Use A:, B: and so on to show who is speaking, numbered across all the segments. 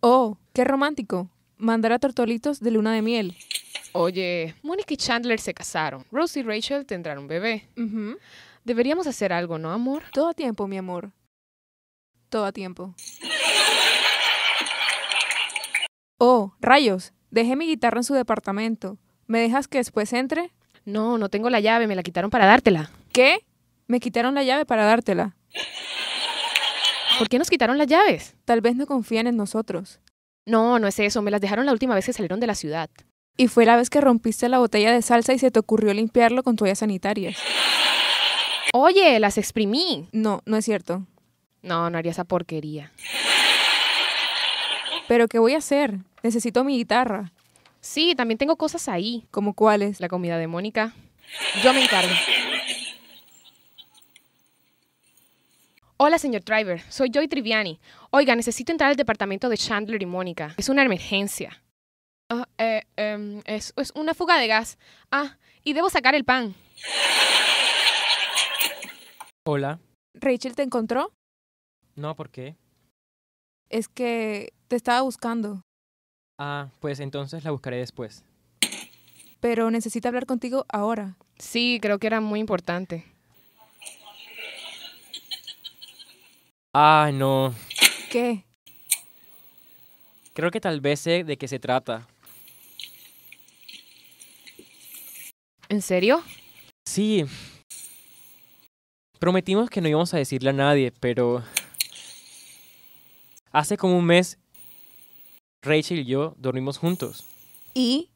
A: Oh, Qué romántico. Mandar a tortolitos de luna de miel.
B: Oye, Mónica y Chandler se casaron. Rose y Rachel tendrán un bebé.
A: Ujú.
B: Deberíamos hacer algo, ¿no, amor?
A: Todo a tiempo, mi amor. Todo a tiempo. Oh, rayos. Dejé mi guitarra en su departamento. ¿Me dejas que después entre?
B: No, no tengo la llave, me la quitaron para dártela.
A: ¿Qué? Me quitaron la llave para dártela.
B: ¿Por qué nos quitaron las llaves?
A: Tal vez no confían en nosotros.
B: No, no es eso, me las dejaron la última vez que salieron de la ciudad.
A: Y fue la vez que rompiste la botella de salsa y se te ocurrió limpiarlo con toallas sanitarias.
B: Oye, las exprimí.
A: No, no es cierto.
B: No, no haría esa porquería.
A: Pero ¿qué voy a hacer? Necesito mi guitarra.
B: Sí, también tengo cosas ahí.
A: ¿Como cuáles?
B: La comida de Mónica. Yo me encargo. Hola, señor Driver. Soy Joy Triviani. Oiga, necesito entrar al departamento de Chandler y Mónica. Es una emergencia. Ah, eh, em, es, es una fuga de gas. Ah, y debo sacar el pan.
C: Hola.
A: ¿Rachel te encontró?
C: No, ¿por qué?
A: Es que te estaba buscando,
C: Ah, pues entonces la buscaré después.
A: pero necesito hablar contigo ahora.
B: Sí, creo que era muy importante.
C: Ah, no.
A: ¿Qué?
C: Creo que tal vez sé de qué se trata.
B: ¿En serio?
C: Sí. Prometimos que no íbamos a decirle a nadie, pero... Hace como un mes, Rachel y yo dormimos juntos.
A: ¿Y?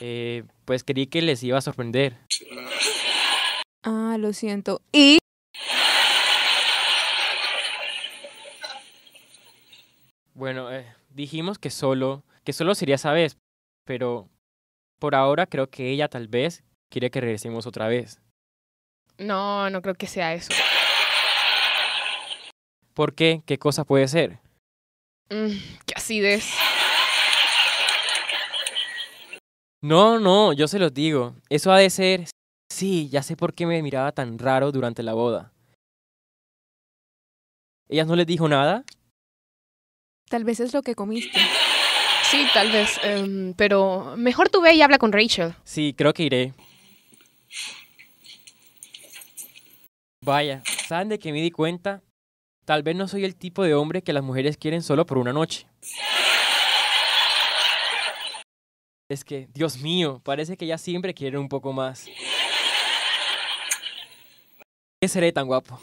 C: Eh, pues creí que les iba a sorprender.
A: Ah, lo siento. ¿Y?
C: Bueno, eh, dijimos que solo, que solo sería esa vez, pero por ahora creo que ella tal vez quiere que regresemos otra vez.
B: No, no creo que sea eso.
C: ¿Por qué? ¿Qué cosa puede ser?
B: Mm, qué acidez.
C: No, no, yo se los digo. Eso ha de ser... Sí, ya sé por qué me miraba tan raro durante la boda. ¿Ellas no les dijo nada?
A: Tal vez es lo que comiste.
B: Sí, tal vez. em, pero mejor tú ve y habla con Rachel.
C: Sí, creo que iré. Vaya, ¿saben de qué me di cuenta? Tal vez no soy el tipo de hombre que las mujeres quieren solo por una noche. Es que, Dios mío, parece que ellas siempre quieren un poco más. ¿Por ¿Qué seré tan guapo?